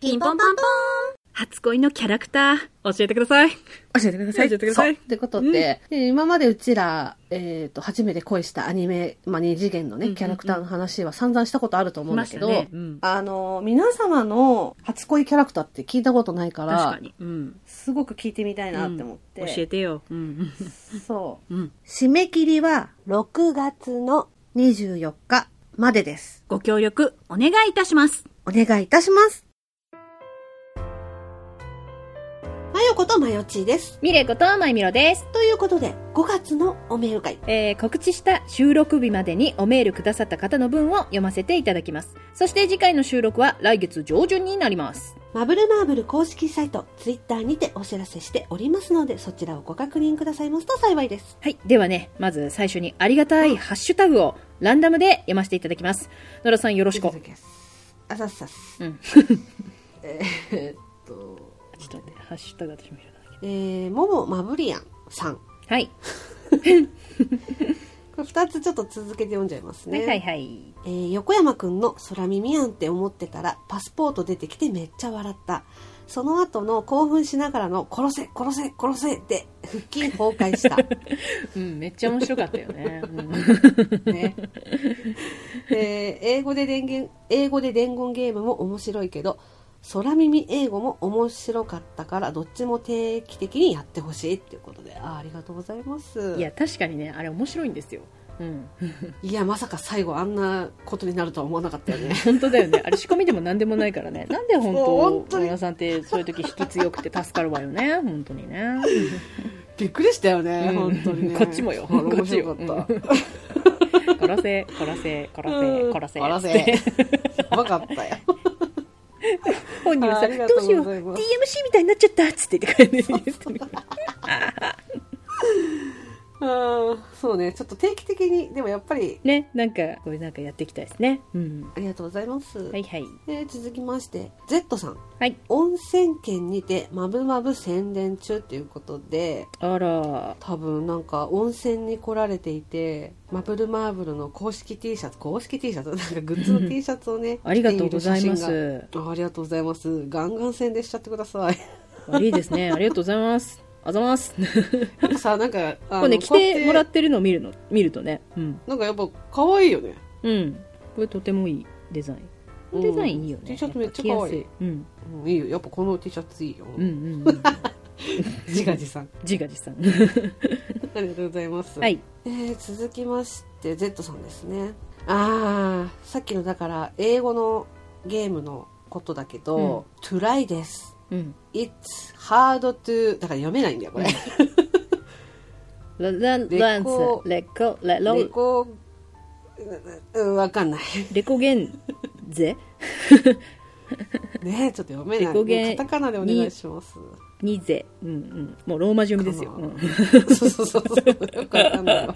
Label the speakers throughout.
Speaker 1: ピンポンパンポ
Speaker 2: 初恋のキャラクター、教えてください。
Speaker 3: 教えてください。
Speaker 2: 教えてください
Speaker 3: そうってことで、で今までうちら、えっ、と、初めて恋したアニメ、まあ、二次元の
Speaker 2: うんうんう
Speaker 3: ね、
Speaker 2: ん
Speaker 3: キャラクターの話は散々したことあると思うんだけど、
Speaker 2: いましたねうん
Speaker 3: あの、皆様の初恋キャラクターって聞いたことないか、
Speaker 2: 確からに。うん。
Speaker 3: すごく聞いてみたいなって思って。
Speaker 2: 教えてよ。うん。
Speaker 3: そう。
Speaker 2: うん。
Speaker 3: 締め切りは6月の24日までです。
Speaker 2: ご協力、お願いいたします。
Speaker 3: お願いいたします。まよことまよちーです。
Speaker 1: ンミレコとマイミロです。
Speaker 3: ということで、5月のおメール会。
Speaker 1: えー告知した収録日までにおメールくださった方の分を読ませていただきます。そして次回の収録は来月上旬になります。
Speaker 3: マブルマーブル公式サイト、ツイッターにてお知らせしておりますので、そちらをご確認くださいますと幸いです。
Speaker 1: はい。ではね、まず最初にありがたいハッシュタグをランダムで読ませていただきます。野田さんよろしく。うん。ちょ
Speaker 3: あさっさっす。 えーっと、
Speaker 1: っと待って、ハッシュタグ私見るだ
Speaker 3: えー、ももマブリアンさん。こ
Speaker 1: け。はい。
Speaker 3: れ2つちょっと続けて読んじゃいますね。
Speaker 1: はいはいはい。
Speaker 3: えー横山くんの空耳やんって思ってたらパスポート出てきてめっちゃ笑ったその後の興奮しながらの殺せ殺せ殺せで腹筋崩壊した、
Speaker 1: うん、めっちゃ面白かったよね。うん
Speaker 3: ねえー英語で電源英語で伝言ゲームも面白いけど空耳英語も面白かったからどっちも定期的にやってほしいっていうことであーありがとうございます
Speaker 1: いや、確かにね、あれ面白いんですよ。うん。
Speaker 3: いやまさか最後あんなことになるとは思わなかったよね
Speaker 1: 本当だよね。あれ仕込みでも何でもないからね。なんで本
Speaker 3: そう
Speaker 1: 当
Speaker 3: 本、当に
Speaker 1: 野田さんってそういう時引き強くて助かるわよね。本当 にね。
Speaker 3: びっくりしたよね、
Speaker 1: うん
Speaker 3: 本当にね
Speaker 1: こっちもよ
Speaker 3: あれ面白か
Speaker 1: こ
Speaker 3: っ
Speaker 1: っち
Speaker 3: た、
Speaker 1: よ殺せ、殺せ、殺
Speaker 3: う
Speaker 1: せ、
Speaker 3: ん
Speaker 1: 殺せ。
Speaker 3: 殺せ
Speaker 1: つって
Speaker 3: やばかった よ。
Speaker 1: 本人は
Speaker 3: ああ
Speaker 1: さ、
Speaker 3: り
Speaker 1: ど
Speaker 3: がとう
Speaker 1: うしよう、
Speaker 3: ござい
Speaker 1: DMC
Speaker 3: ます
Speaker 1: みたいになっちゃったっつって言って帰ってたんだけど
Speaker 3: うんそうね、ちょっと定期的に、でもやっぱり、
Speaker 1: ね、なんか、こういうなんかやっていきたいですね。うん。
Speaker 3: ありがとうございます。
Speaker 1: はいはい。
Speaker 3: えー続きまして、Z さん。
Speaker 1: はい。
Speaker 3: 温泉県にて、まぶまぶ宣伝中ということで、
Speaker 1: あら、
Speaker 3: 多分なんか温泉に来られていて、マブルマーブルの公式 T シャツ、公式 T シャツ、なんかグッズの T シャツをね、
Speaker 1: ありがとうございま
Speaker 3: 着ている
Speaker 1: す。
Speaker 3: 写真が。あありがとうございます。ガンガン宣伝しちゃってください。
Speaker 1: 悪いですね。ありがとうございます。あざます。
Speaker 3: やっぱさ、なんか、あ
Speaker 1: こうね、着てもら
Speaker 3: っ
Speaker 1: ってるのを見るの、見るとね。うん。
Speaker 3: なんかやっぱ可愛いよね。
Speaker 1: うん。これとてもいいデザイン。このデザインいいよね。
Speaker 3: うん T シャツめっちゃ可愛い
Speaker 1: やっぱ着やすうん。
Speaker 3: うん、いいよ。やっぱこの T シャツいいよ。
Speaker 1: うんうん うん。
Speaker 3: 自画自賛。
Speaker 1: 自画自賛。
Speaker 3: ありがとうございます。
Speaker 1: はい。
Speaker 3: えー続きまして Z さんですねああさっきのだから英語のゲームのことだけど「try です
Speaker 1: うん。
Speaker 3: 「it's hard to」だから読めないんだよこれ
Speaker 1: ララン、
Speaker 3: レコ
Speaker 1: ランス、レコ、レロ
Speaker 3: レ、コうんわかんない
Speaker 1: レコゲンゼ
Speaker 3: ねちょっと読めない
Speaker 1: レコ
Speaker 3: も
Speaker 1: ゲン
Speaker 3: うカタカナでお願いします
Speaker 1: ニゼ。うんうん。もうローマ字読みですよ。
Speaker 3: か
Speaker 1: う
Speaker 3: なんそうそうそうそうよくわかんないわ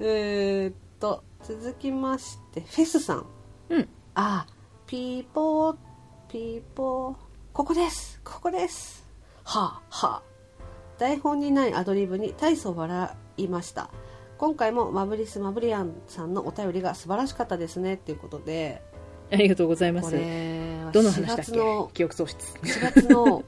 Speaker 3: えーっと続きましてフェスさん
Speaker 1: うん
Speaker 3: あピーポーピーポーここですここですはあはあ台本にないアドリブに大層笑いました今回もマブリスマブリアンさんのお便りが素晴らしかったですねっていうことで
Speaker 1: ありがとうございま
Speaker 3: こ
Speaker 1: す。
Speaker 3: れは
Speaker 1: どの話
Speaker 3: 4
Speaker 1: だっ
Speaker 3: 月
Speaker 1: け
Speaker 3: の
Speaker 1: 記憶喪 失。
Speaker 3: 4月の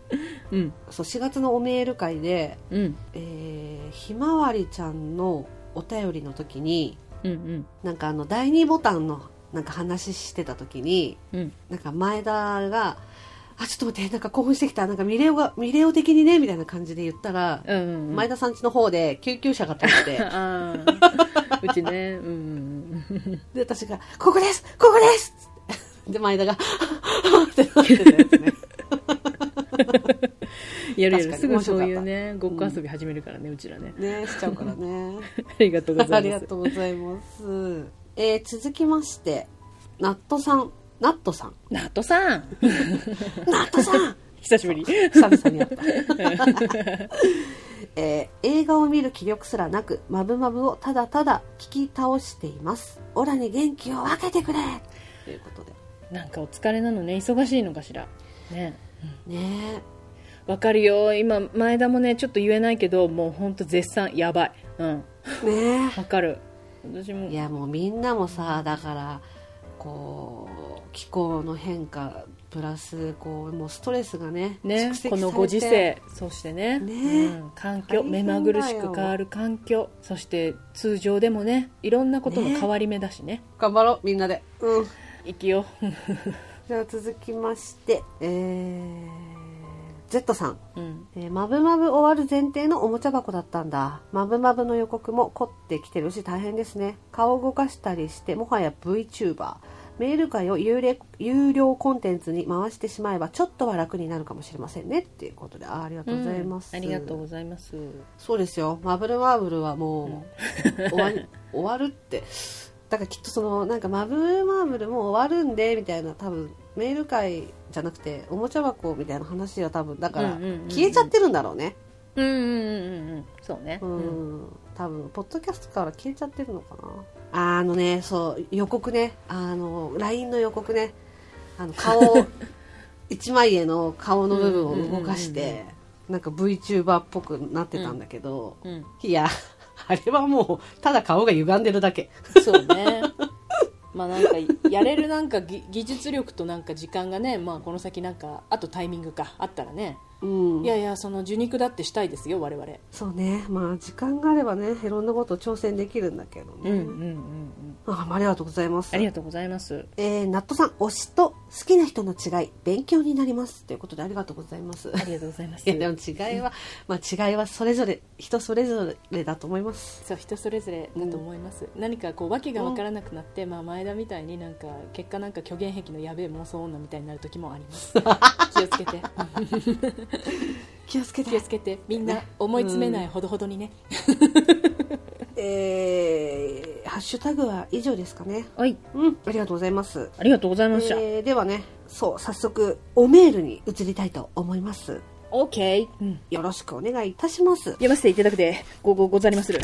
Speaker 1: うん。
Speaker 3: そう4月のおメール会で
Speaker 1: うん。
Speaker 3: えーひまわりちゃんのお便りの時に
Speaker 1: うんうん。
Speaker 3: なんかあの第2ボタンのなんか話してた時に
Speaker 1: うん。
Speaker 3: なんか前田が「あちょっと待ってなんか興奮してきたなんかミレオがミレオ的にね」みたいな感じで言ったら、
Speaker 1: うんうんうん。
Speaker 3: 前田さん家の方で救急車が通っ て
Speaker 1: ああ。 うちね。うんうんうん。
Speaker 3: で私が「ここですここです!」で前田が「 ってなってたや つね
Speaker 1: やるや
Speaker 3: 確
Speaker 1: る。
Speaker 3: かに
Speaker 1: すぐそういうね、ごっこ遊び始めるからね、うちらね。
Speaker 3: ねしちゃうからね
Speaker 1: ありがとうござ
Speaker 3: あ
Speaker 1: い
Speaker 3: り
Speaker 1: ま
Speaker 3: が
Speaker 1: す。
Speaker 3: とうございます、えー続きましてナットさんナットさん
Speaker 1: ナットさ ん
Speaker 3: ナットさん
Speaker 1: 久しぶり。
Speaker 3: 久々にやった、 えー映画を見る気力すらなくマブマブをただただ聞き倒していますオラに元気を分けてくれということで
Speaker 1: なんかお疲れなのね、忙しいのかしら。ね。
Speaker 3: ね
Speaker 1: わかるよ今前田もねちょっと言えないけどもうほんと絶賛やばいうん
Speaker 3: えね
Speaker 1: わかる私も
Speaker 3: えいやもうみんなもさだからこう気候の変化プラスこうもうストレスがね
Speaker 1: ね
Speaker 3: 蓄積されて
Speaker 1: このご時世そしてね
Speaker 3: ね
Speaker 1: うん、
Speaker 3: 大
Speaker 1: 環境
Speaker 3: 変
Speaker 1: 目まぐるしく変わる環境そして通常でもねいろんなことの変わり目だしね
Speaker 3: 頑張ろうみんなでうん
Speaker 1: 生き よう
Speaker 3: じゃあ続きましてえー、Z さん
Speaker 1: うん
Speaker 3: えーまぶまぶ終わる前提のおもちゃ箱だったんだまぶまぶの予告も凝ってきてるし大変ですね顔を動かしたりしてもはや VTuber メール会を有料有料コンテンツに回してしまえばちょっとは楽になるかもしれませんねっていうことであーありがとうございます、
Speaker 1: ありがとうございます
Speaker 3: そうですよマブルマーブルはもう、 終わり終わるってだからきっとそのなんかマブルマーブルもう終わるんでみたいな多分メール会じゃなくておもちゃ箱みたいな話は多分だから
Speaker 1: うんうんうんうん
Speaker 3: 消えちゃってるんだろうね、
Speaker 1: うんうんうんうんそうね、
Speaker 3: う
Speaker 1: うん
Speaker 3: ん、多分ポッドキャストから消えちゃってるのかなあのねそう予告ねあの LINE の予告ねあの 顔を一枚絵の顔の部分を動かし
Speaker 1: うんうんうん
Speaker 3: てなんか VTuber っぽくなってたんだけど、
Speaker 1: うん、
Speaker 3: いや あれはもうただ顔が歪んでるだけ
Speaker 1: そうねまあなんかやれるなんかぎ技術力となんか時間がね、まあ、この先なんかあとタイミングかあったらね、
Speaker 3: うん
Speaker 1: いやいやその受肉だってしたいですよ我々
Speaker 3: そうねまあ時間があればねいろんなこと挑戦できるんだけどね、
Speaker 1: うん
Speaker 3: あありがとうございます
Speaker 1: ありがとうございます
Speaker 3: えー、ナットさん推しと好きな人の違い勉強になりますということでありがとうございます
Speaker 1: ありがとうございます
Speaker 3: いやでも違いは、まあ、違いはそれぞれ人それぞれだと思います
Speaker 1: そう人それぞれだと思います、何かこう訳が分からなくなって、まあ、前田みたいになんか結果なんか虚言癖のやべえ妄想女みたいになる時もあります 気をつけて
Speaker 3: 気をつけ
Speaker 1: 気をつけてみんな思い詰めないほどほどにね、
Speaker 3: えー、ハッシュタグは以上ですかね
Speaker 1: はい
Speaker 3: うんありがとうございます、
Speaker 1: ありがとうござ
Speaker 3: え
Speaker 1: いました、
Speaker 3: ー、ではねそう早速おメールに移りたいと思います
Speaker 1: オッ OK、うん、
Speaker 3: よろしくお願いいたします
Speaker 1: 読ませていただくでごごござりまする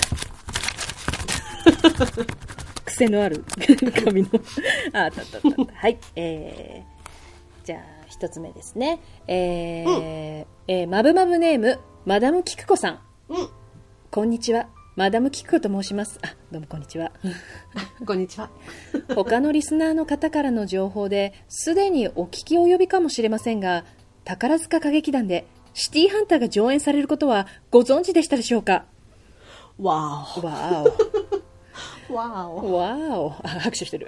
Speaker 1: 癖のある紙のああったあったあったあったはいえー、じゃあ一つ目ですねえー
Speaker 3: うん
Speaker 1: えーマブマブネームマダムキクコさん
Speaker 3: うん
Speaker 1: こんにちはマダムキクコと申しますあどうもこんにちは
Speaker 3: こんにちは
Speaker 1: 他のリスナーの方からの情報ですでにお聞き及びかもしれませんが宝塚歌劇団でシティーハンターが上演されることはご存知でしたでしょ うか
Speaker 3: わ
Speaker 1: わーお
Speaker 3: おわお
Speaker 1: わーおあ 拍手してる、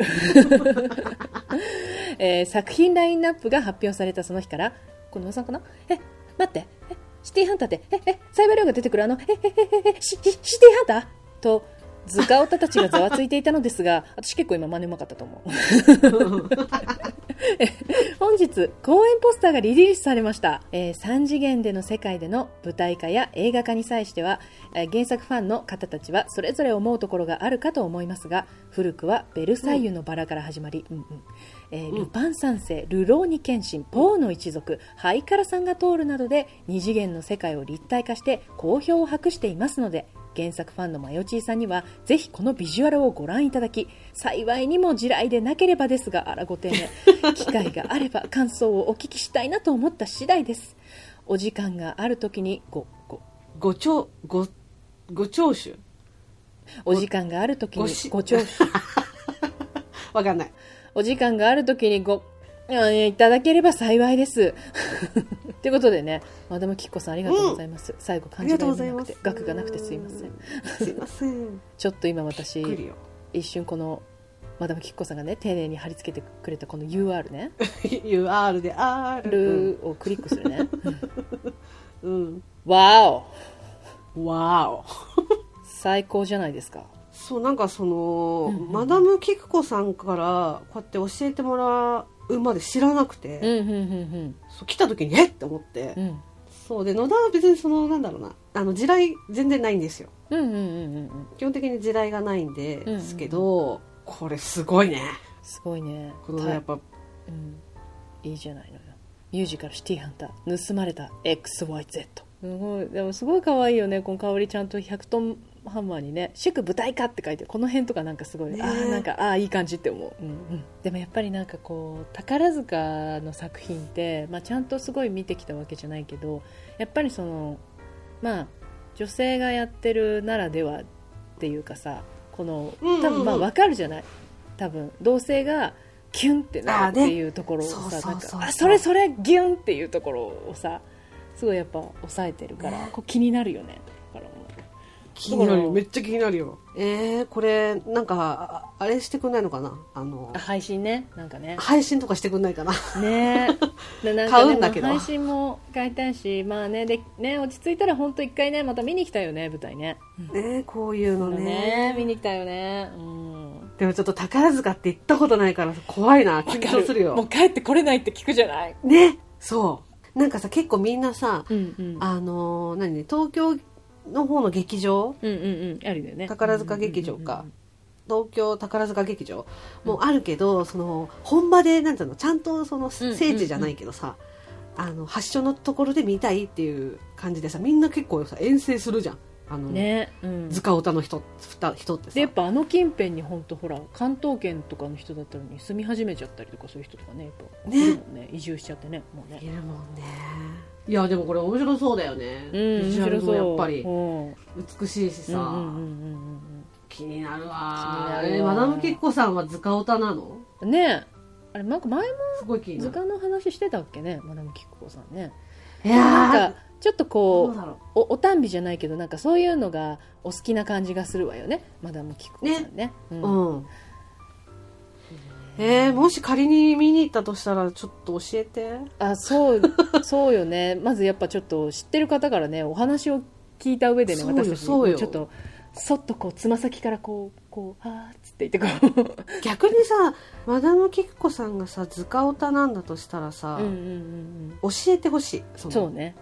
Speaker 1: えー作品ラインナップが発表されたその日からこのおさんかなえ待ってえシティハンターってええサイバーリオが出てくるあのえええええシシシティハンターと図鑑オタたちがざわついていたのですが 私結構今真似うまかったと思う 本日公演ポスターがリリースされました、え3次元での世界での舞台化や映画化に際しては、えー原作ファンの方たちはそれぞれ思うところがあるかと思いますが古くは「ベルサイユのバラ」から始まり、うんうんえールパン三世ルローニケンシンポーの一族ハイカラさんが通るなどで二次元の世界を立体化して好評を博していますので原作ファンのマヨチーさんにはぜひこのビジュアルをご覧いただき幸いにも地雷でなければですがあらご丁 寧機会があれば感想をお聞きしたいなと思った次第ですお時間がある時にごご
Speaker 3: ご長ごご長州
Speaker 1: お時間がある時
Speaker 3: ご
Speaker 1: に
Speaker 3: し
Speaker 1: ご聴取
Speaker 3: わかんない
Speaker 1: お時間がある時にご、うんいただければ幸いです。 ということでね、マダムキッコさんありがとうございます。最後
Speaker 3: あ
Speaker 1: 漢
Speaker 3: り
Speaker 1: 字
Speaker 3: が
Speaker 1: が
Speaker 3: とうご
Speaker 1: 読
Speaker 3: ざ
Speaker 1: め
Speaker 3: い
Speaker 1: な
Speaker 3: ます
Speaker 1: くて、額がなくてすいません。
Speaker 3: すいません
Speaker 1: ちょっと今
Speaker 3: 来る
Speaker 1: 私、
Speaker 3: よ
Speaker 1: 一瞬この、マダムキッコさんがね、丁寧に貼り付けてくれたこの UR ね、
Speaker 3: UR で R、
Speaker 1: ルーをクリックするね。
Speaker 3: うん
Speaker 1: わお
Speaker 3: うん、わお
Speaker 1: 最高じゃないですか。
Speaker 3: そうなんかその、
Speaker 1: うんうん
Speaker 3: マダムキクコさんからこうやって教えてもらうまで知らなくて、
Speaker 1: うん、うん、うん、
Speaker 3: そう来た時にえっって思って、
Speaker 1: うん。うん、
Speaker 3: そうで野田は別にそのなんだろうなあの地雷全然ないんですよ
Speaker 1: うん、うん、うんうんうん。
Speaker 3: 基本的に地雷がないんで
Speaker 1: うんうん
Speaker 3: すけど、これすごいね
Speaker 1: すごいね。
Speaker 3: このやっぱ
Speaker 1: うん、いいじゃないのよミュージカル「シティーハンター盗まれた XYZ」すごいでもすごい可愛いよねこの香りちゃんと100トンハンマーにね「祝舞台化」って書いてるこの辺とかなんかすごい、
Speaker 3: ねえ
Speaker 1: ああなんかああいい感じって思う、うんうん、でもやっぱりなんかこう宝塚の作品って、まあ、ちゃんとすごい見てきたわけじゃないけどやっぱりそのまあ女性がやってるならではっていうかさこの
Speaker 3: うんうんうん
Speaker 1: 多分まあわかるじゃない多分同性がキュンってなるっていうところを
Speaker 3: そうそ
Speaker 1: さ
Speaker 3: うそう
Speaker 1: なん
Speaker 3: そう
Speaker 1: かあそれそれギュンっていうところをさすごいやっぱ抑えてるから、
Speaker 3: ね
Speaker 1: こう気になるよねだからも
Speaker 3: 気になる
Speaker 1: う
Speaker 3: よ
Speaker 1: ん
Speaker 3: めっちゃ気になるよえー、これなんかああれしてくんないのかなあの
Speaker 1: う配信ねなんかね
Speaker 3: 配信とかしてくんないかな
Speaker 1: ねえななんか
Speaker 3: 買
Speaker 1: ね
Speaker 3: うんだけど
Speaker 1: まあ配信も買いたいしまあねでね落ち着いたら本当一回ねまた見に行きたいよね舞台ね
Speaker 3: ねこういうのね
Speaker 1: ね見に行きたいよねうん
Speaker 3: でもちょっと宝塚って行ったことないから怖いな緊張する
Speaker 1: もう
Speaker 3: よ
Speaker 1: 帰ってこれないって聞くじゃない
Speaker 3: ねそうなんかさ結構みんなさ、
Speaker 1: うんうん
Speaker 3: あのー何東京の方の劇場
Speaker 1: うんうんうんあるんだよね
Speaker 3: 宝塚劇場か東京宝塚劇場もあるけど、その本場でなんていうのちゃんとその
Speaker 1: うん
Speaker 3: 聖地じゃないけどさ、あの発祥のところで見たいっていう感じでさみんな結構さ遠征するじゃんあの、
Speaker 1: ね、うん、
Speaker 3: 塚尾田の人ふた人ってさ
Speaker 1: でやっぱあの近辺に本当ほら関東圏とかの人だったのに住み始めちゃったりとかそういう人とかねやっぱ
Speaker 3: ね
Speaker 1: いるもんね移住しちゃってねもうね
Speaker 3: いるもんねいやでもこれ面白そうだよね、
Speaker 1: うん
Speaker 3: ビジュアルもやっぱり
Speaker 1: 面
Speaker 3: 美しいし
Speaker 1: 白
Speaker 3: さ、
Speaker 1: そううんうんうんうんうんうん
Speaker 3: 気になる
Speaker 1: 気に
Speaker 3: わ
Speaker 1: な
Speaker 3: ー
Speaker 1: る
Speaker 3: え
Speaker 1: わ
Speaker 3: マダム結子さんは塚オタなの
Speaker 1: ねえあれなんか前も
Speaker 3: すごい気に
Speaker 1: 図
Speaker 3: なる
Speaker 1: 鑑の話してたっけねマダムキクコさんね
Speaker 3: いやー
Speaker 1: なんかちょっと
Speaker 3: ど
Speaker 1: こ
Speaker 3: う
Speaker 1: う
Speaker 3: だろ
Speaker 1: おおたんびじゃないけどなんかそういうのがお好きな感じがするわよねマダムキクコさんねう
Speaker 3: う、
Speaker 1: ん
Speaker 3: うんえー、もし仮に見に行ったとしたらちょっと教えて
Speaker 1: あそうそうよねまずやっぱちょっと知ってる方からねお話を聞いた上でね
Speaker 3: そうよ
Speaker 1: 私たち
Speaker 3: そうよ
Speaker 1: ちょっとそっとこうつま先からこうこうあーっつって言ってこう
Speaker 3: 逆にさマダムキクコさんがさ塚オタなんだとしたらさ、
Speaker 1: うんうんうん
Speaker 3: 教えてほしいそ
Speaker 1: うん
Speaker 3: の
Speaker 1: そうね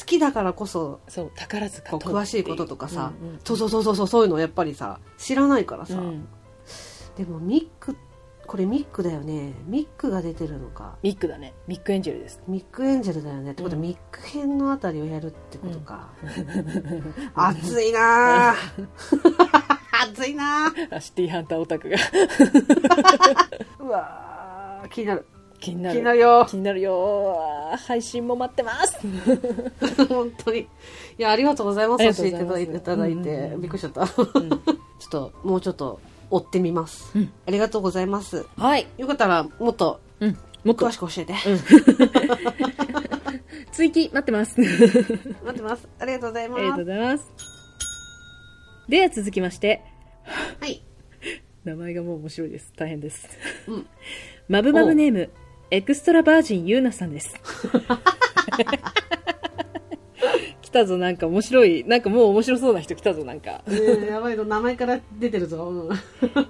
Speaker 3: 好きだからこそ
Speaker 1: そう宝塚
Speaker 3: こう詳しいこととかさ、
Speaker 1: うんうん
Speaker 3: そうそうそうそうそういうのやっぱりさ知らないからさ、
Speaker 1: うん
Speaker 3: でもミックこれミックだよねミックが出てるのか
Speaker 1: ミックだねミックエンジェルです
Speaker 3: ミックエンジェルだよねってことは
Speaker 1: うん
Speaker 3: ミック編のあたりをやるってことか、熱い なあ熱いなあ
Speaker 1: あシティハンターオタクが
Speaker 3: うわあ気になる
Speaker 1: 気にな
Speaker 3: 気
Speaker 1: る
Speaker 3: になるよ
Speaker 1: 気になるよあー配信も待ってます
Speaker 3: 本当にいやありがとうございます
Speaker 1: あり
Speaker 3: 教
Speaker 1: がとう
Speaker 3: えていただいて
Speaker 1: ございます
Speaker 3: いただいて、
Speaker 1: うんうんうん
Speaker 3: びっくりしちゃったちょ
Speaker 1: うん
Speaker 3: っともうちょっと追ってみます、
Speaker 1: うん
Speaker 3: ありがとうございます
Speaker 1: はい
Speaker 3: よかったらもっと
Speaker 1: うんもっと
Speaker 3: 詳しく教えて、
Speaker 2: 追記待っ てます。
Speaker 3: 待ってますありがとうございま
Speaker 1: あ
Speaker 3: す
Speaker 1: りがとうございますでは続きまして
Speaker 3: はい
Speaker 1: 名前がもう面白いです大変です、
Speaker 3: うん
Speaker 1: マブマブネームエクストラバージンユーナさんです 来たぞなんか面白いなんかもう面白そうな人来たぞなんか
Speaker 3: ねえやばいの名前から出てるぞ、うん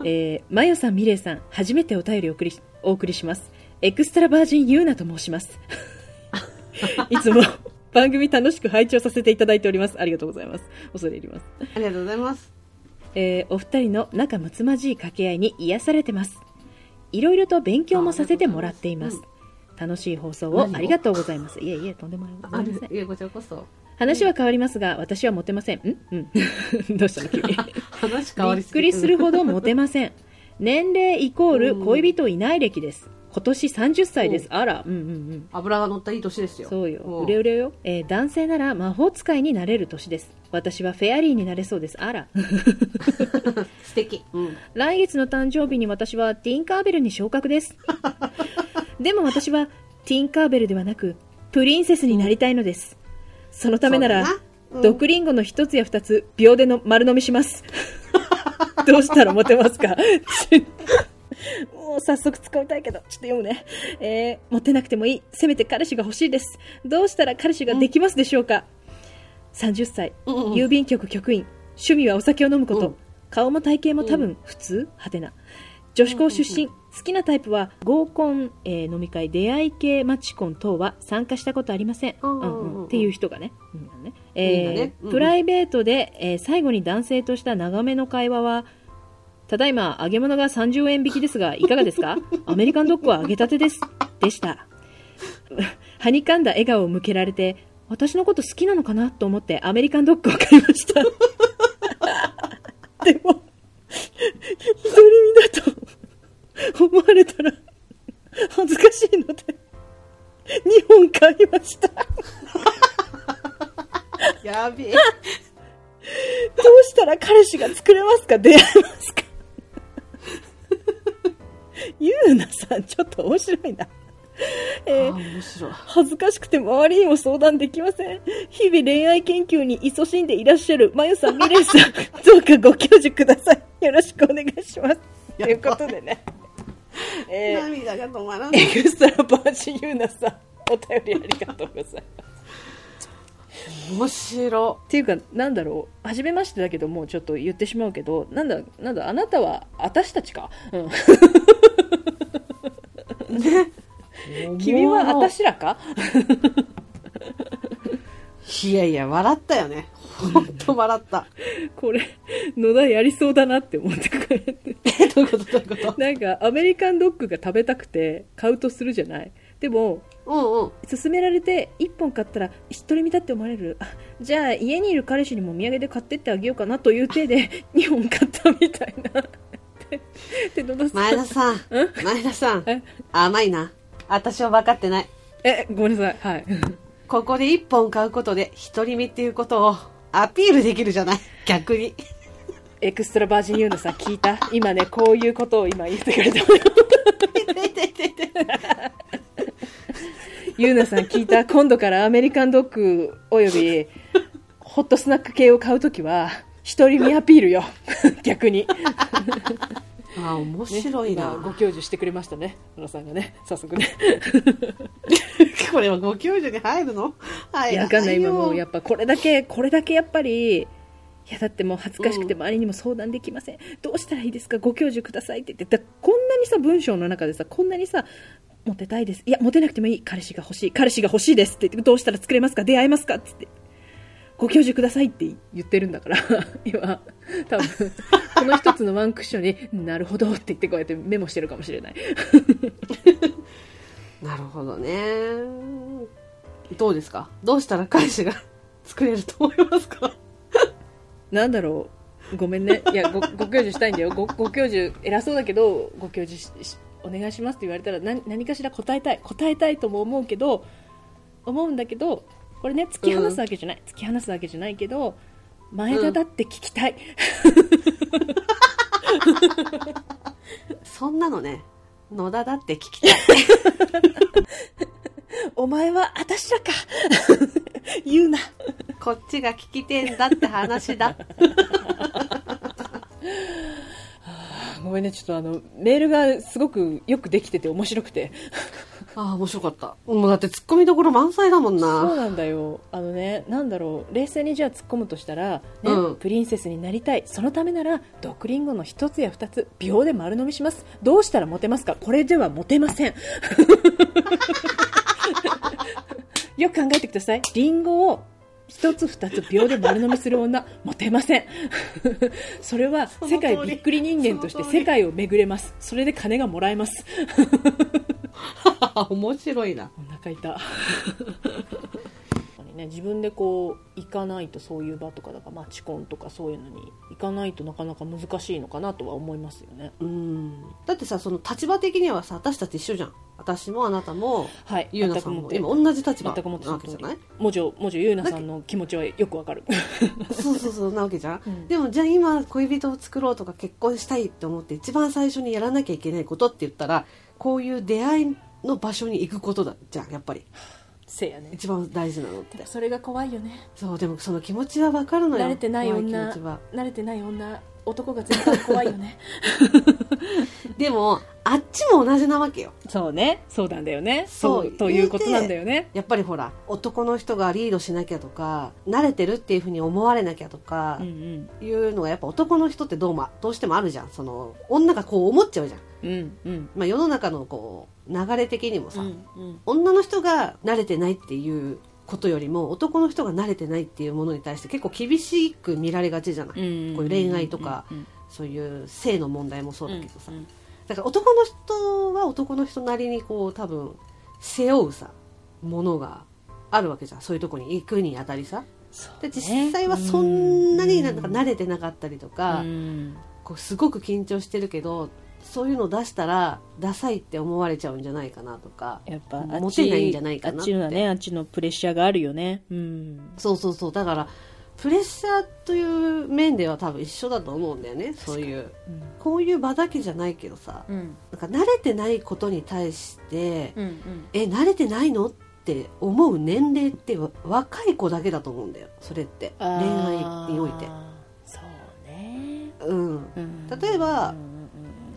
Speaker 1: えー、マヨさんミレイさん初めてお便りお送りしお送りしますエクストラバージンユーナと申します いつも番組楽しく拝聴させていただいておりますありがとうございます恐れ入ります
Speaker 3: ありがとうございます
Speaker 1: えーお二人の仲睦まじい掛け合いに癒されてますいろいろと勉強もさせてもらっています
Speaker 3: ありが
Speaker 1: 楽しい放送をありがとうございますいえいえとんでもございません
Speaker 3: いやこちらこそ
Speaker 1: 話は変わりますが私はモテませんん うんどうしたの急に
Speaker 3: 話変わ
Speaker 1: び
Speaker 3: り
Speaker 1: っくりするほどモテません年齢イコール
Speaker 3: うん
Speaker 1: 恋人いない歴です今年30歳ですあらうんうんうん
Speaker 3: 油が乗ったいい年ですよ
Speaker 1: そうよ
Speaker 3: も
Speaker 1: うれうれよ、えー男性なら魔法使いになれる年です私はフェアリーになれそうですあら
Speaker 3: 素敵、うん、
Speaker 1: 来月の誕生日に私はティンカーベルに昇格ですでも私はティンカーベルではなくプリンセスになりたいのです、そのためなら
Speaker 3: そうだなうん
Speaker 1: 毒リンゴの一つや二つ秒での丸飲みしますどうしたらモテますかもう早速突っ込みたいけどちょっと読むねえー、モテなくてもいいせめて彼氏が欲しいですどうしたら彼氏ができますでしょうか、30歳
Speaker 3: うんうん
Speaker 1: 郵便局局員趣味はお酒を飲むこと、
Speaker 3: うん
Speaker 1: 顔も体型も多分普通、派手な女子校出身、好きなタイプは合コン、えー飲み会出会い系マチコン等は参加したことありません、
Speaker 3: うんうんうん
Speaker 1: うんうんっていう人がね,、うんねえ
Speaker 3: いいんだ
Speaker 1: ー
Speaker 3: ねうんうん
Speaker 1: プライベートで、えー最後に男性とした長めの会話はただいま揚げ物が30円引きですがいか がですかアメリカンドッグは揚げたてですでした はにかんだ笑顔を向けられて私のこと好きなのかなと思ってアメリカンドッグを買いました でも独り身だと思われたら恥ずかしいので2本買いましたど
Speaker 3: やべえ
Speaker 1: うしたら彼氏が作れますか出会えますかゆうなさんちょか面白いな。え
Speaker 3: あ
Speaker 1: ー
Speaker 3: ー面白い
Speaker 1: 恥ずかしくて周りにも相談できません。日々恋愛研究に勤しんでいらっしゃる、まゆさん、みれい さん、どうかご教授ください。よろしくお願いします。
Speaker 3: やばい
Speaker 1: ということでね。えー
Speaker 3: 涙が止まらない
Speaker 1: エクストラバージンユーナさん、お便りありがとうございます。
Speaker 3: 面白
Speaker 1: っていうか、なんだろう、初めましてだけど、もうちょっと言ってしまうけど、なんだ、なんだ、あなたは、私たちか。うん、
Speaker 3: い
Speaker 1: 君は私らか
Speaker 3: いやいや笑ったよね本当笑った
Speaker 1: これ、野田やりそうだなって思って帰って。
Speaker 3: えどういうことどういうこ
Speaker 1: なんか、アメリカンドッグが食べたくて、買うとするじゃない。でも、
Speaker 3: とうんうん
Speaker 1: 勧められて1本買ったら独り身だって思われるあじゃあ家にいる彼氏にもお土産で買ってってあげようかなという手で2本買ったみたいな でで野田さん
Speaker 3: 前田さん前田さん
Speaker 1: え
Speaker 3: 甘いな私は分かってない
Speaker 1: えごめんなさいはい
Speaker 3: ここで一本買うことで独り身っていうことをアピールできるじゃない逆 に
Speaker 1: エクストラバージンユーナさん聞いた今ねこういうことを今言ってくれたユーナさん聞いた今度からアメリカンドッグおよびホットスナック系を買うときは独り身アピールよ 逆に
Speaker 3: あ面白いな、
Speaker 1: 今ご教授してくれましたね野田さんがね早速ね
Speaker 3: これはご教授に入るのはい
Speaker 1: いやわかんない今もうや
Speaker 3: っ
Speaker 1: っぱこれだけこれだけやっぱりいやだってもう恥ずかしくて周りにも相談できません、どうしたらいいですかご教授くださいって言ってだこんなにさ文章の中でさこんなにさモテたいですいやモテなくてもいい彼氏が欲しい彼氏が欲しいですって言ってどうしたら作れますか出会えますかって言ってご教授くださいって言ってるんだから 今多分この一つのワンクッションになるほどって言ってこうやってメモしてるかもしれない
Speaker 3: なるほどねどうですかどうしたら彼氏が作れると思いますか
Speaker 1: なんだろうごめん ねいやごご教授したいんだよごご教授偉そうだけどご教授ししお願いしますって言われたら何何かしら答えたい答えたいとも思うけど思うんだけどこれね突き放すわけじゃない、突き放すわけじゃないけど前田だって聞きたい、
Speaker 3: そんなのね野田だって聞きたい
Speaker 1: お前は私 らか言うな
Speaker 3: こっちが聞きてんだって話だ
Speaker 1: ごめんねちょっとあのメールがすごくよくできてて面白くて
Speaker 3: ああ面白かったもうだってツッコミどころ満載だもん
Speaker 1: そう
Speaker 3: な
Speaker 1: なんだよあのねなんだろう冷静にじゃあ突っ込むとしたら、ね
Speaker 3: うん
Speaker 1: プリンセスになりたいそのためなら毒リンゴの一つや二つ秒で丸飲みしますどうしたらモテますかこれではモテません よく考えてくださいリンゴを一つ二つ秒で丸飲みする女モテません それは
Speaker 3: の通
Speaker 1: 世
Speaker 3: り
Speaker 1: 界びっくり人間として
Speaker 3: その通り
Speaker 1: 世界を巡れますそれで金がもらえます
Speaker 3: 面白いな
Speaker 1: お腹 痛ね、自分でこう行かないとそういう場とかだからマチコンとかそういうのに行かないとなかなか難しいのかなとは思いますよね
Speaker 3: うんだってさその立場的にはさ私たち一緒じゃん私もあなたも
Speaker 1: はい
Speaker 3: ゆうなさんも今同じ立場
Speaker 1: 全くもって
Speaker 3: なわけじゃない
Speaker 1: もちろんもちろんゆうなさんの気持ちはよくわかる
Speaker 3: そうそうそうなわけじゃん、
Speaker 1: うん
Speaker 3: でもじゃあ今恋人を作ろうとか結婚したいって思って一番最初にやらなきゃいけないことって言ったらこういう出会いの場所に行くことだじゃんやっ ぱり
Speaker 1: せやね
Speaker 3: 一番大事なのって
Speaker 1: それが怖いよね
Speaker 3: そうでもその気持ちは分かるのよ
Speaker 1: 慣れてない
Speaker 3: 怖
Speaker 1: 女
Speaker 3: 気持ちは
Speaker 1: 慣れてない女男が絶対怖いよね
Speaker 3: でもあっちも同じなわけよ
Speaker 1: そうねそうなんだよね
Speaker 3: そう
Speaker 1: ということなんだよね
Speaker 3: やっぱりほら男の人がリードしなきゃとか慣れてるっていうふうに思われなきゃとか
Speaker 1: うん、うん
Speaker 3: いうのがやっぱ男の人ってどう,、ま、どうしてもあるじゃんその女がこう思っちゃうじゃん、
Speaker 1: うんうん
Speaker 3: まあ、世の中のこう流れ的にもさ、
Speaker 1: うんうん
Speaker 3: 女の人が慣れてないっていうことよりも男の人が慣れてないっていうものに対して結構厳しく見られがちじゃない、こういう恋愛とか
Speaker 1: うんうん
Speaker 3: そういう性の問題もそうだけどさ、
Speaker 1: うんうん
Speaker 3: だから男の人は男の人なりにこう多分背負うさものがあるわけじゃんそういうとこに行くにあたりさ
Speaker 1: そう
Speaker 3: で
Speaker 1: ね
Speaker 3: 実際はそんなになんか慣れてなかったりとか、
Speaker 1: うん
Speaker 3: こうすごく緊張してるけどそういうの出したらダサいって思われちゃうんじゃないかなとか
Speaker 1: やっぱあっ
Speaker 3: モ
Speaker 1: ち
Speaker 3: テないんじゃないかなっ
Speaker 1: あってちのはねあっちのプレッシャーがあるよねうん
Speaker 3: そうそうそうだからプレッシャーという面では多分一緒だと思うんだよねそういうこういう場だけじゃないけどさ
Speaker 2: うん
Speaker 3: なんか慣れてないことに対して、
Speaker 2: うんうん
Speaker 3: え慣れてないのって思う年齢ってわ若い子だけだと思うんだよそれって恋愛において、
Speaker 1: そうね、
Speaker 3: うん、
Speaker 1: うん
Speaker 3: 例えば
Speaker 1: うんうんうん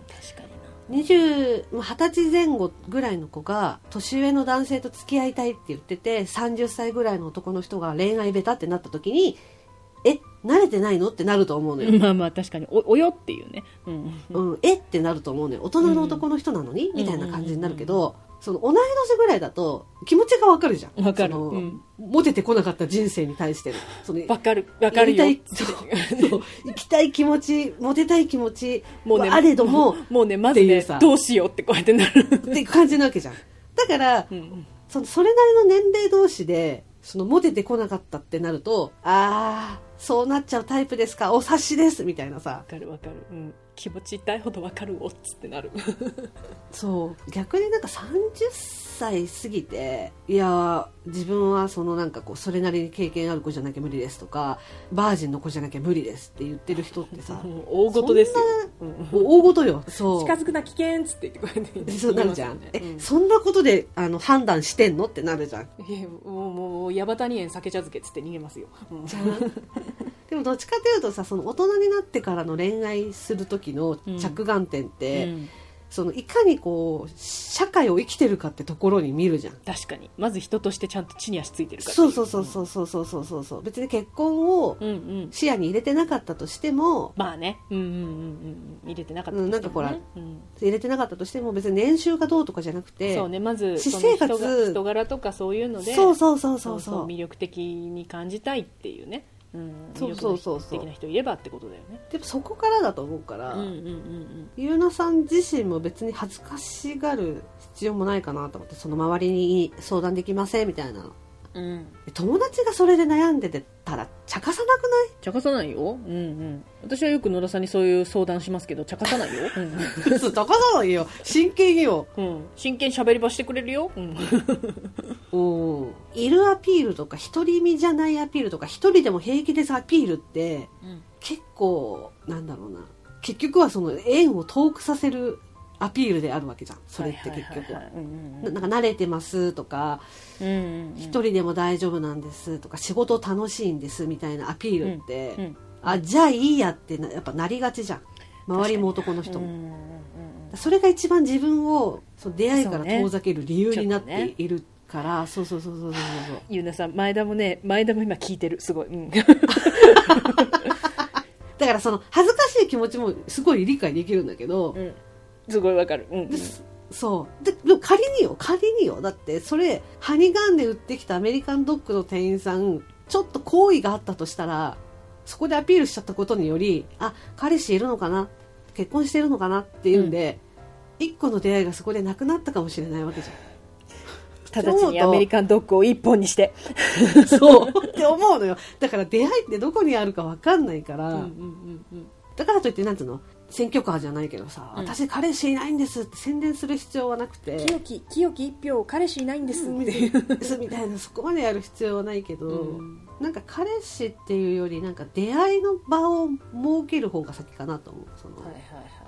Speaker 1: 確かにな
Speaker 3: 20まあ20歳前後ぐらいの子が年上の男性と付き合いたいって言ってて30歳ぐらいの男の人が恋愛ベタってなった時にえ慣れてないのってなると思うのよ、
Speaker 1: まあまあ確かにおおよっていうね、うん
Speaker 3: うん、えってなると思うのよ大人の男の人なのに、
Speaker 1: ん
Speaker 3: みたいな感じになるけど、その同い年ぐらいだと気持ちがわかるじゃん
Speaker 1: わかる
Speaker 3: その
Speaker 1: うん
Speaker 3: モテてこなかった人生に対してのその
Speaker 1: わかるわかるよ
Speaker 3: やりたいそうそう行きたい気持ちモテたい気持ち
Speaker 1: もうね
Speaker 3: はあれどもっ
Speaker 1: もうねまず
Speaker 3: っていう
Speaker 1: ね
Speaker 3: さ
Speaker 1: どうしようってこうやってなる、
Speaker 3: て感じなわけじゃんだから、
Speaker 1: うん、
Speaker 3: そのそれなりの年齢同士でそのモテてこなかったってなるとああそうなっちゃうタイプですかお察しですみたいなさ
Speaker 1: わかるわかる、うん、気持ち痛いほどわかるおっつってなる
Speaker 3: そう逆になんか30歳過ぎていやー自分はそのなんかこうそれなりに経験ある子じゃなきゃ無理ですとかバージンの子じゃなきゃ無理ですって言ってる人ってさ
Speaker 1: もう大事ですよ、うん
Speaker 3: 大ごとよそう
Speaker 1: 近づくな危険っつって言ってこうやって言って
Speaker 3: そうなるじゃん、
Speaker 1: 言
Speaker 3: え
Speaker 1: います
Speaker 3: そんなことであの判断してんのってなるじゃん
Speaker 1: よねうんいやもうもう矢端に園酒茶漬けっつって逃げますよ、うん
Speaker 3: でもどっちかというとさその大人になってからの恋愛する時の着眼点って、
Speaker 1: うん
Speaker 3: そのいかにこう社会を生きてるかってところに見るじゃん
Speaker 1: 確かにまず人としてちゃんと地に足ついてるから
Speaker 3: そうそうそうそうそうそうそうそうそう別に結婚を
Speaker 1: うんうん
Speaker 3: 視野に入れてなかったとしても
Speaker 1: まあねうんうんうんうん入れてなかったと
Speaker 3: う
Speaker 1: してもね
Speaker 3: んなんかほら
Speaker 1: うん
Speaker 3: 入れてなかったとしても別に年収がどうとかじゃなくて
Speaker 1: そうねまず
Speaker 3: 私
Speaker 1: その
Speaker 3: 生活
Speaker 1: 人が人柄とかそういうので
Speaker 3: そうそうそう
Speaker 1: そ
Speaker 3: そうう
Speaker 1: そう
Speaker 3: そう
Speaker 1: 魅力的に感じたいっていうね、うん、
Speaker 3: そうそうそうそう
Speaker 1: 魅力的な人いればってことだよね
Speaker 3: でもそこからだと思うから、
Speaker 1: うんうんうん
Speaker 3: ゆうなさん自身も別に恥ずかしがる必要もないかなと思ってその周りに相談できませんみたいなの
Speaker 1: うんうん
Speaker 3: 友達がそれで悩んでてたら茶化さなくない
Speaker 1: 茶化さないよ、うんうん、私はよく野田さんにそういう相談しますけど茶化さないよ、
Speaker 3: 普通茶化さないよ真剣よ
Speaker 1: うんうん、真剣に喋り場してくれるよ、うん、
Speaker 3: うんいるアピールとか独り身じゃないアピールとか一人でも平気ですアピールって結構なんだろうな結局はその縁を遠くさせるアピールであるわけじゃんそれって結局は。
Speaker 1: いいいいうん
Speaker 3: ななんか慣れてますとか
Speaker 1: うんうん
Speaker 3: 一人でも大丈夫なんですとか仕事楽しいんですみたいなアピールって、
Speaker 1: うんうん
Speaker 3: あじゃあいいやってなやっぱなりがちじゃん周りも男の人
Speaker 1: うん
Speaker 3: も、
Speaker 1: うんうん
Speaker 3: それが一番自分をその出会いから遠ざける理由になっ
Speaker 1: そうね
Speaker 3: ているからそう,、そうそうそうそうそうそう
Speaker 1: ゆうなさん前田もね前田も今聞いてるすごい、うん
Speaker 3: だからその恥ずかしい気持ちもすごい理解できるんだけど、
Speaker 1: うん、すごいわかる、うんうん、
Speaker 3: そうででも仮によ仮によだってそれハニガンで売ってきたアメリカンドッグの店員さんちょっと好意があったとしたらそこでアピールしちゃったことによりあ彼氏いるのかな結婚してるのかなっていうんで、一個の出会いがそこでなくなったかもしれないわけじゃ
Speaker 1: 直ちにアメリカンドッグを一本に して
Speaker 3: んそうって思うのよだから出会いってどこにあるか分かんないから、
Speaker 1: うんうん
Speaker 3: だからといってなんつうの選挙カーじゃないけどさ、
Speaker 1: うん
Speaker 3: 私彼氏いないんですって宣伝する必要はなくて
Speaker 1: 清き清き一票彼氏いないんですっていう、
Speaker 3: ですみたいなそこまでやる必要はないけど、
Speaker 1: うん
Speaker 3: なんか彼氏っていうよりなんか出会いの場を設ける方が先かなと思うその、
Speaker 1: はいはい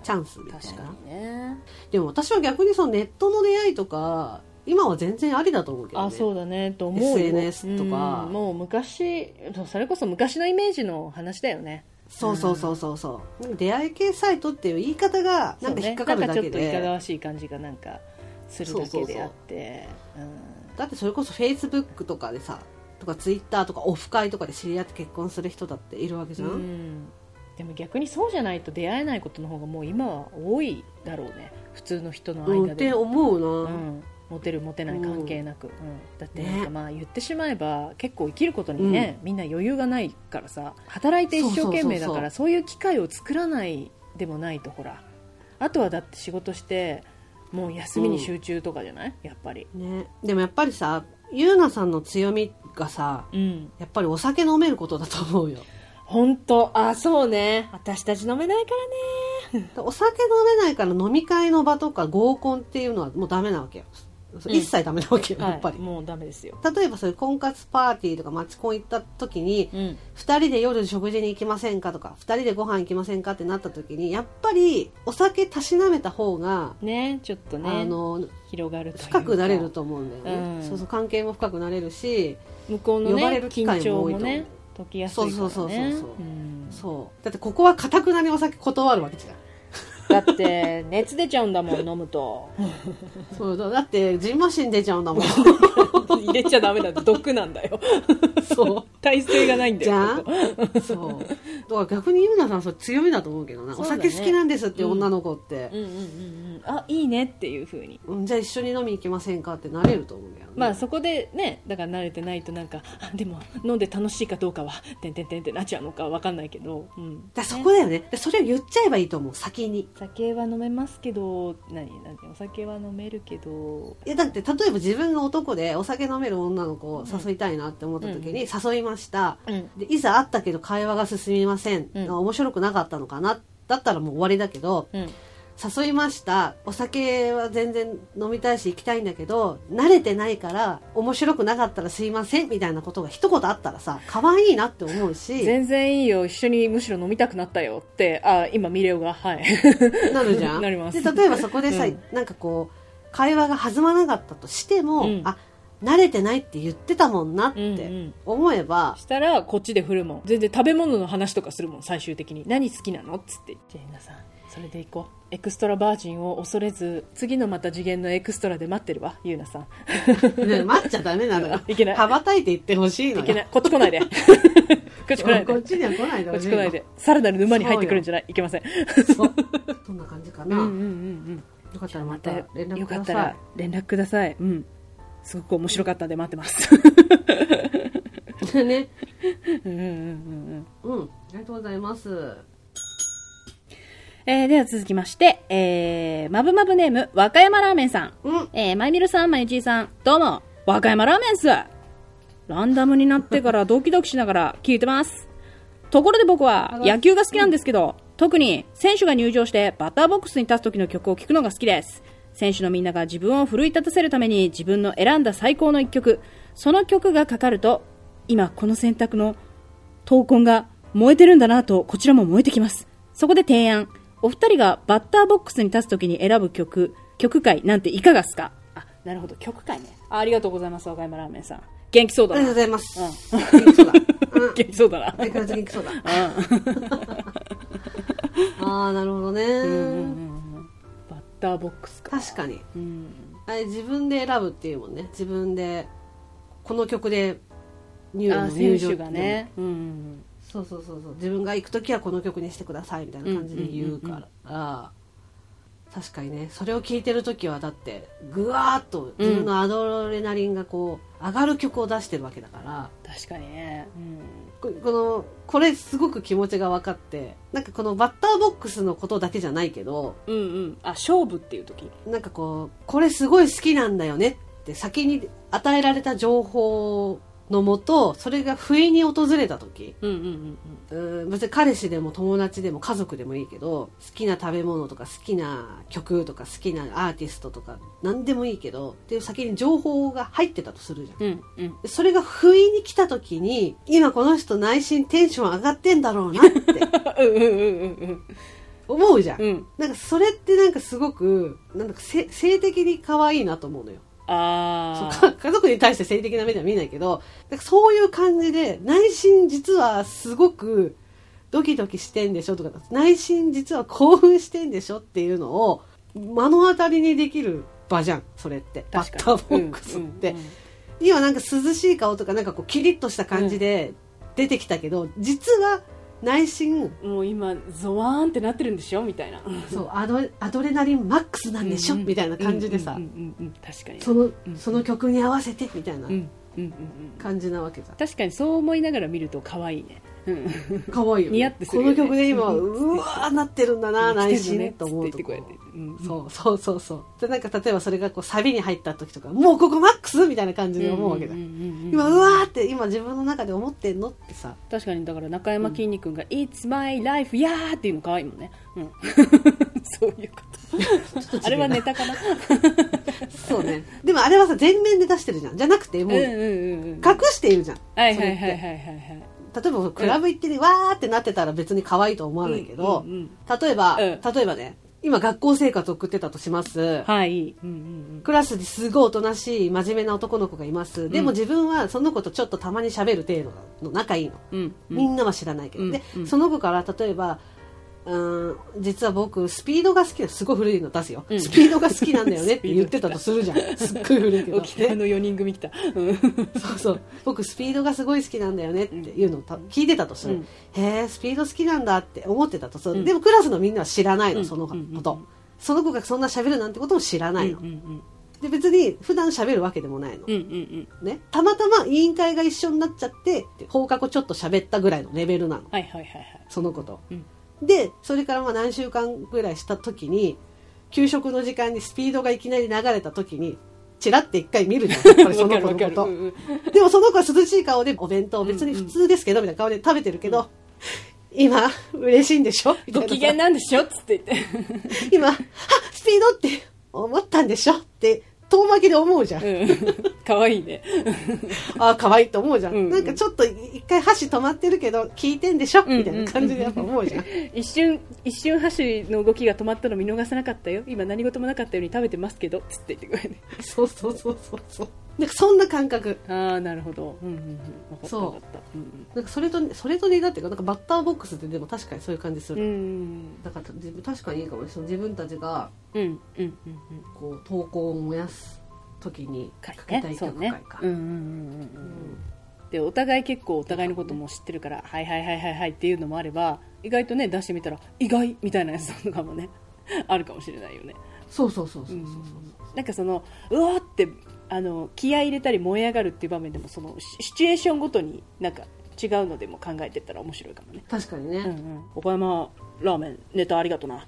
Speaker 3: チャンスみた
Speaker 1: はい
Speaker 3: い
Speaker 1: 確
Speaker 3: な
Speaker 1: かにね
Speaker 3: でも私は逆にそのネットの出会いとか今は全然ありだと思うけど、ね、
Speaker 1: あそうだねと思うよ
Speaker 3: SNS とか
Speaker 1: うんもう昔それこそ昔のイメージの話だよね
Speaker 3: そうそうそうそうそうなんか出会い系サイトっていう言い方がなんか引っかかるだ
Speaker 1: そ
Speaker 3: け
Speaker 1: うねなんかちょっといかが
Speaker 3: で
Speaker 1: わしい感じがなんかするだけであって
Speaker 3: だってそれこそフェイスブックとかでさとかツイッターとかオフ会とかで知り合って結婚する人だっているわけじゃん、
Speaker 1: うんうんでも逆にそうじゃないと出会えないことの方がもう今は多いだろうね普通の人の
Speaker 3: うん、
Speaker 1: 間
Speaker 3: っ
Speaker 1: で
Speaker 3: て思うな、
Speaker 1: うん、モテるモテない関係なく、うんだってなん
Speaker 3: ね
Speaker 1: かまあ言ってしまえば結構生きることにね、みんな余裕がないからさ働いて一生懸命だからそういう機会を作らないでもないとほらあとはだって仕事してもう休みに集中とかじゃない、やっぱり、
Speaker 3: ね、でもやっぱりさゆうなさんの強みがさ
Speaker 1: うん、
Speaker 3: やっぱりお酒飲めることだと思うよ
Speaker 1: 本当あそうね私たち飲めないからね
Speaker 3: お酒飲めないから飲み会の場とか合コンっていうのはもうダメなわけよそう一切ダメなわけよ、
Speaker 1: はい
Speaker 3: やっぱり。
Speaker 1: もうダメですよ。
Speaker 3: 例えばそういう婚活パーティーとかマチコン行った時に、
Speaker 1: うん。
Speaker 3: 2人で夜食事に行きませんかとか2人でご飯行きませんかってなった時にやっぱりお酒たしなめた方が、
Speaker 1: ね、ちょっとね、
Speaker 3: あの
Speaker 1: 広がるというか
Speaker 3: 深くなれると思うんだよね、
Speaker 1: うん
Speaker 3: そうそう関係も深くなれるし
Speaker 1: 向こうの
Speaker 3: 呼ば
Speaker 1: ね
Speaker 3: れる機
Speaker 1: 緊
Speaker 3: 会
Speaker 1: 張
Speaker 3: も多い
Speaker 1: も
Speaker 3: と思う
Speaker 1: ね解きやすいからね
Speaker 3: そうそうそうそうそうんそうだってここはかたくなにお酒断るわけじゃん
Speaker 1: だって熱出ちゃうんだもん飲むと
Speaker 3: そうだだってジンマシン出ちゃうんだもん
Speaker 1: 入れちゃダメだって毒なんだよ
Speaker 3: そ
Speaker 1: 耐性がないん
Speaker 3: う
Speaker 1: だ
Speaker 3: じ
Speaker 1: よ
Speaker 3: ゃ
Speaker 1: ここ
Speaker 3: んそうだから逆にゆうなさんそれ強みだと思うけどな、
Speaker 1: そ
Speaker 3: お
Speaker 1: うだね
Speaker 3: 酒好きなんですっていう女の子って
Speaker 1: う、んうんうんうんあいいねっていうふうに
Speaker 3: うんじゃあ一緒に飲み行きませんかってなれると思うんだよね
Speaker 1: まあそこでねだから慣れてないとなんかあでも飲んで楽しいかどうかはてんてんてんってなっちゃうのかわかんないけど、うん、
Speaker 3: だからそ
Speaker 1: ね
Speaker 3: こだよねでそれを言っちゃえばいいと思う先に
Speaker 1: 酒は飲めますけど何何お酒は飲めるけど
Speaker 3: いやだって例えば自分が男でお酒飲める女の子を誘いたいなって思った時に誘いました、
Speaker 1: うん
Speaker 3: でいざ会ったけど会話が進みません、
Speaker 1: うん
Speaker 3: 面白くなかったのかなだったらもう終わりだけど
Speaker 1: うん
Speaker 3: 誘いましたお酒は全然飲みたいし行きたいんだけど慣れてないから面白くなかったらすいませんみたいなことが一言あったらさ可愛いなって思うし
Speaker 1: 全然いいよ一緒にむしろ飲みたくなったよってあ今ミレオがはい
Speaker 3: なるじゃん
Speaker 1: なります
Speaker 3: で例えばそこでさ、
Speaker 1: うん
Speaker 3: なんかこう会話が弾まなかったとしても、
Speaker 1: うん
Speaker 3: あ慣れてないって言ってたもんなっ
Speaker 1: うん、う
Speaker 3: て
Speaker 1: ん、
Speaker 3: 思えば、
Speaker 1: したらこっちで振るもん全然食べ物の話とかするもん最終的に何好きなのっつってジェイナさんそれで行こうエクストラバージンを恐れず次のまた次元のエクストラで待ってるわゆうなさん。
Speaker 3: ね、待っちゃダメなのよ
Speaker 1: いけない
Speaker 3: 羽ばたいていってほしいの
Speaker 1: い
Speaker 3: よ。
Speaker 1: けないこっち来ないでこっち来ないで
Speaker 3: こ
Speaker 1: こ
Speaker 3: っちには来ないで
Speaker 1: っ
Speaker 3: ほしい
Speaker 1: ち来
Speaker 3: の
Speaker 1: ないでさらなる沼に入ってくるんじゃないいけません
Speaker 3: そうそんな感じかな。よ
Speaker 1: ん
Speaker 3: かったら
Speaker 1: ま
Speaker 3: ま
Speaker 1: た
Speaker 3: た
Speaker 1: よ
Speaker 3: 連絡く
Speaker 1: か
Speaker 3: だ
Speaker 1: っ
Speaker 3: さ
Speaker 1: た
Speaker 3: い。
Speaker 1: ら連絡くださいうんすごく面白かったんで待ってます
Speaker 3: ね。
Speaker 1: うんうんうんう
Speaker 3: う
Speaker 1: ん
Speaker 3: ん。ありがとうございます。
Speaker 2: えーでは続きまして、えー、まぶまぶネーム、和歌山ラーメンさん。
Speaker 3: うん。
Speaker 2: えー、まゆみるさん、まゆちーさん、どうも、和歌山ラーメンっす。ランダムになってからドキドキしながら聞いてます。ところで僕は野球が好きなんですけど、特に選手が入場してバッターボックスに立つ時の曲を聴くのが好きです。選手のみんなが自分を奮い立たせるために自分の選んだ最高の一曲、その曲がかかると、今この選択の闘魂が燃えてるんだなとこちらも燃えてきますそこで提案お二人がバッターボックスに立つ時に選ぶ曲曲会なんていかがっすかあなるほど曲会ねあありがとうございます和歌山ラーメンさん元気そう
Speaker 3: あ
Speaker 2: だ
Speaker 3: りがとうござ
Speaker 2: な
Speaker 3: います。元気そうだ。 うん。
Speaker 2: 元気そうだな
Speaker 3: 相変わらず元気 そうだ。
Speaker 2: うん
Speaker 3: ああ、なるほど
Speaker 1: うんう
Speaker 3: ね。
Speaker 1: んうんバッターボックスか
Speaker 3: 確かに。
Speaker 1: うん
Speaker 3: あれ自分で選ぶっていうもんね。自分で、この曲で入
Speaker 1: あ
Speaker 3: 入場
Speaker 1: 選手がねうん
Speaker 3: そうそうそうそう自分が行く時はこの曲にしてくださいみたいな感じで言うから、ああ確かにねそれを聴いてる時はだってぐわーっと自分のアドレナリンがこう上がる曲を出してるわけだから、
Speaker 1: 確かにね、うん、
Speaker 3: ここのこれすごく気持ちが分かってなんかこのバッターボックスのことだけじゃないけど
Speaker 1: うんうんあ勝負っていう時
Speaker 3: なんかこうこれすごい好きなんだよねって先に与えられた情報のもとそれが不意に訪れた時、
Speaker 1: うんうんうん
Speaker 3: うん別に彼氏でも友達でも家族でもいいけど好きな食べ物とか好きな曲とか好きなアーティストとか何でもいいけどっていう先に情報が入ってたとするじゃん
Speaker 1: うんうん
Speaker 3: でそれが不意に来た時に今この人内心テンション上がってんだろうなって
Speaker 1: うんうんうんうん
Speaker 3: 思うじゃん、
Speaker 1: うんうん
Speaker 3: なんかそれってなんかすごくなんだかせ性的に可愛いなと思うのよそう
Speaker 1: ああ
Speaker 3: か 家族に対して性的な目では見ないけどなんかそういう感じで内心実はすごくドキドキしてんでしょとか内心実は興奮してんでしょっていうのを目の当たりにできる場じゃんそれってバッターボックスって、
Speaker 1: うんうんうん
Speaker 3: 今なんか涼しい顔とかなんかこうキリッとした感じで出てきたけど、実は内心
Speaker 1: もう今ゾワーンってなってるんでしょみたいな
Speaker 3: そうアドアドレナリンマックスなんでしょ、
Speaker 1: うんうん
Speaker 3: みたいな感じでさ、
Speaker 1: うんうんうんうん確かに
Speaker 3: その
Speaker 1: ん
Speaker 3: その曲に合わせてみたいな
Speaker 1: うんうんうんうん
Speaker 3: 感じなわけじゃん
Speaker 1: 確かにそう思いながら見ると可愛いねうん
Speaker 3: 可愛いよね
Speaker 1: 似合ってするよね
Speaker 3: この曲で今うわーなってるんだな内
Speaker 1: 来てるね
Speaker 3: 心と思うと
Speaker 1: つって
Speaker 3: こ
Speaker 1: 言ってこうやってうんうん
Speaker 3: そうそうそうそうでなんか例えばそれがこうサビに入った時とかもうここマックスみたいな感じで思うわけだ、
Speaker 1: んんんん
Speaker 3: 今うわーって今自分の中で思ってんのってさ
Speaker 1: 確かにだから中山きんに君が「It's my life やー」っていうの可愛いもんね、うん、
Speaker 2: そういうこと。あれはネタかな。
Speaker 3: そうねでもあれはさ全面で出してるじゃんじゃなくて
Speaker 1: う
Speaker 3: も
Speaker 1: んう
Speaker 3: うん隠
Speaker 1: うんうん。
Speaker 3: しているじゃん、
Speaker 1: はいはいはいはいはいはい。
Speaker 3: 例えばクラブ行ってね、わーってなってたら別に可愛いと思わないけど、
Speaker 1: うんうんうん
Speaker 3: 例えば、
Speaker 1: うん
Speaker 3: 例えばね今学校生活送ってたとします、
Speaker 1: はい。うんうん
Speaker 3: クラスですごいおとなしい真面目な男の子がいますでも自分はその子とちょっとたまに喋る程度の仲いいの、
Speaker 1: うん。うんうん。
Speaker 3: みんなは知らないけど、
Speaker 1: うん
Speaker 3: で
Speaker 1: うん
Speaker 3: その子から例えばうーん実は僕スピードが好きなすごい古いの出すよ、
Speaker 1: うん
Speaker 3: スピードが好きなんだよ ねって言ってたとするじゃんすっごい古いけど、
Speaker 1: 沖縄の4人組来た。うん
Speaker 3: そうそう僕スピードがすごい好きなんだよねっていうのをた聞いてたとする、
Speaker 1: うん
Speaker 3: へえスピード好きなんだって思ってたとする、
Speaker 1: うん
Speaker 3: でもクラスのみんなは知らないの、
Speaker 1: うん
Speaker 3: その子のこと、
Speaker 1: うんうん
Speaker 3: その子がそんな喋るなんてことも知らないの、
Speaker 1: うんうん
Speaker 3: で別に普段喋るわけでもないの、
Speaker 1: うん。うんうんうん。
Speaker 3: ね、たまたま委員会が一緒になっちゃって放課後ちょっと喋ったぐらいのレベルなの
Speaker 1: はいはいはいはい。
Speaker 3: その子と、
Speaker 1: うん
Speaker 3: でそれからまあ何週間ぐらいした時に給食の時間にスピードがいきなり流れた時にチラって一回見る じゃんやっぱりその子のこと
Speaker 1: うんうん
Speaker 3: でもその子は涼しい顔でお弁当別に普通ですけどみたいな顔で食べてるけど、今嬉しいんでしょみたい
Speaker 1: ご
Speaker 3: な
Speaker 1: 機嫌なんでしょつって言って。
Speaker 3: 今あスピードって思ったんでしょって遠巻きで思うじゃん、
Speaker 1: うん、かわいいね。
Speaker 3: ああ可愛いと思うじゃん、
Speaker 1: うんうん
Speaker 3: なんかちょっと一回箸止まってるけど聞いてんでしょ
Speaker 1: ん
Speaker 3: みたいな感じでやっぱ思うじゃん、
Speaker 1: 一瞬、一瞬箸の動きが止まったの見逃さなかったよ。今何事もなかったように食べてますけど、つって言ってくれね。
Speaker 3: そうそうそうそうそうなんかそんな感覚
Speaker 1: ああ、なるほど。うんうんうん。わかった
Speaker 3: そう
Speaker 1: わかった。うん
Speaker 3: なんかそれとねそれとねだっていうかなんかバッターボックスででも確かにそういう感じす
Speaker 1: うん。う
Speaker 3: る、
Speaker 1: ん
Speaker 3: だから自分確かにいいかもしれない自分たちが
Speaker 1: うんうんうんうん。
Speaker 3: こう投稿を燃やす時にかけたい
Speaker 1: そ
Speaker 3: 曲
Speaker 1: うね
Speaker 3: かいか、
Speaker 1: うんうんうんうんうんでお互い結構お互いのことも知ってるから「はいはいはいはいはい」っていうのもあれば意外とね出してみたら「意外」みたいなやつとかもねあるかもしれないよね
Speaker 3: そうそうそうそうそううんそう
Speaker 1: なんかそのうわーってあの気合い入れたり燃え上がるっていう場面でもそのシシチュエーションごとになんか違うのでも考えてったら面白いかもね
Speaker 3: 確かに
Speaker 1: うんう
Speaker 3: ね、
Speaker 1: ん岡山ラーメンネタありがとな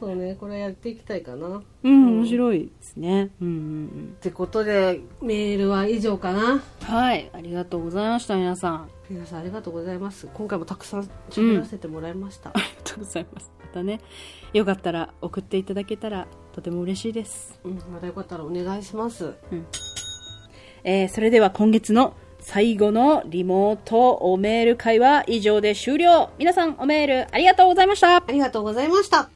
Speaker 3: そうねこれやっていきたいかなっ
Speaker 1: うん面白いですねうんうん
Speaker 3: てことでメールは以上かな
Speaker 1: うんはいありがとうございました皆さん
Speaker 3: 皆さんありがとうございます今回もたくさん喋らせてもらいました、
Speaker 1: ありがとうございます。またね、よかったら送っていただけたらとても嬉しいです。
Speaker 3: うんまたよかったらお願いします
Speaker 1: えーそれでは今月の最後のリモートおメール会は以上で終了。皆さんおメールありがとうございました。
Speaker 3: ありがとうございました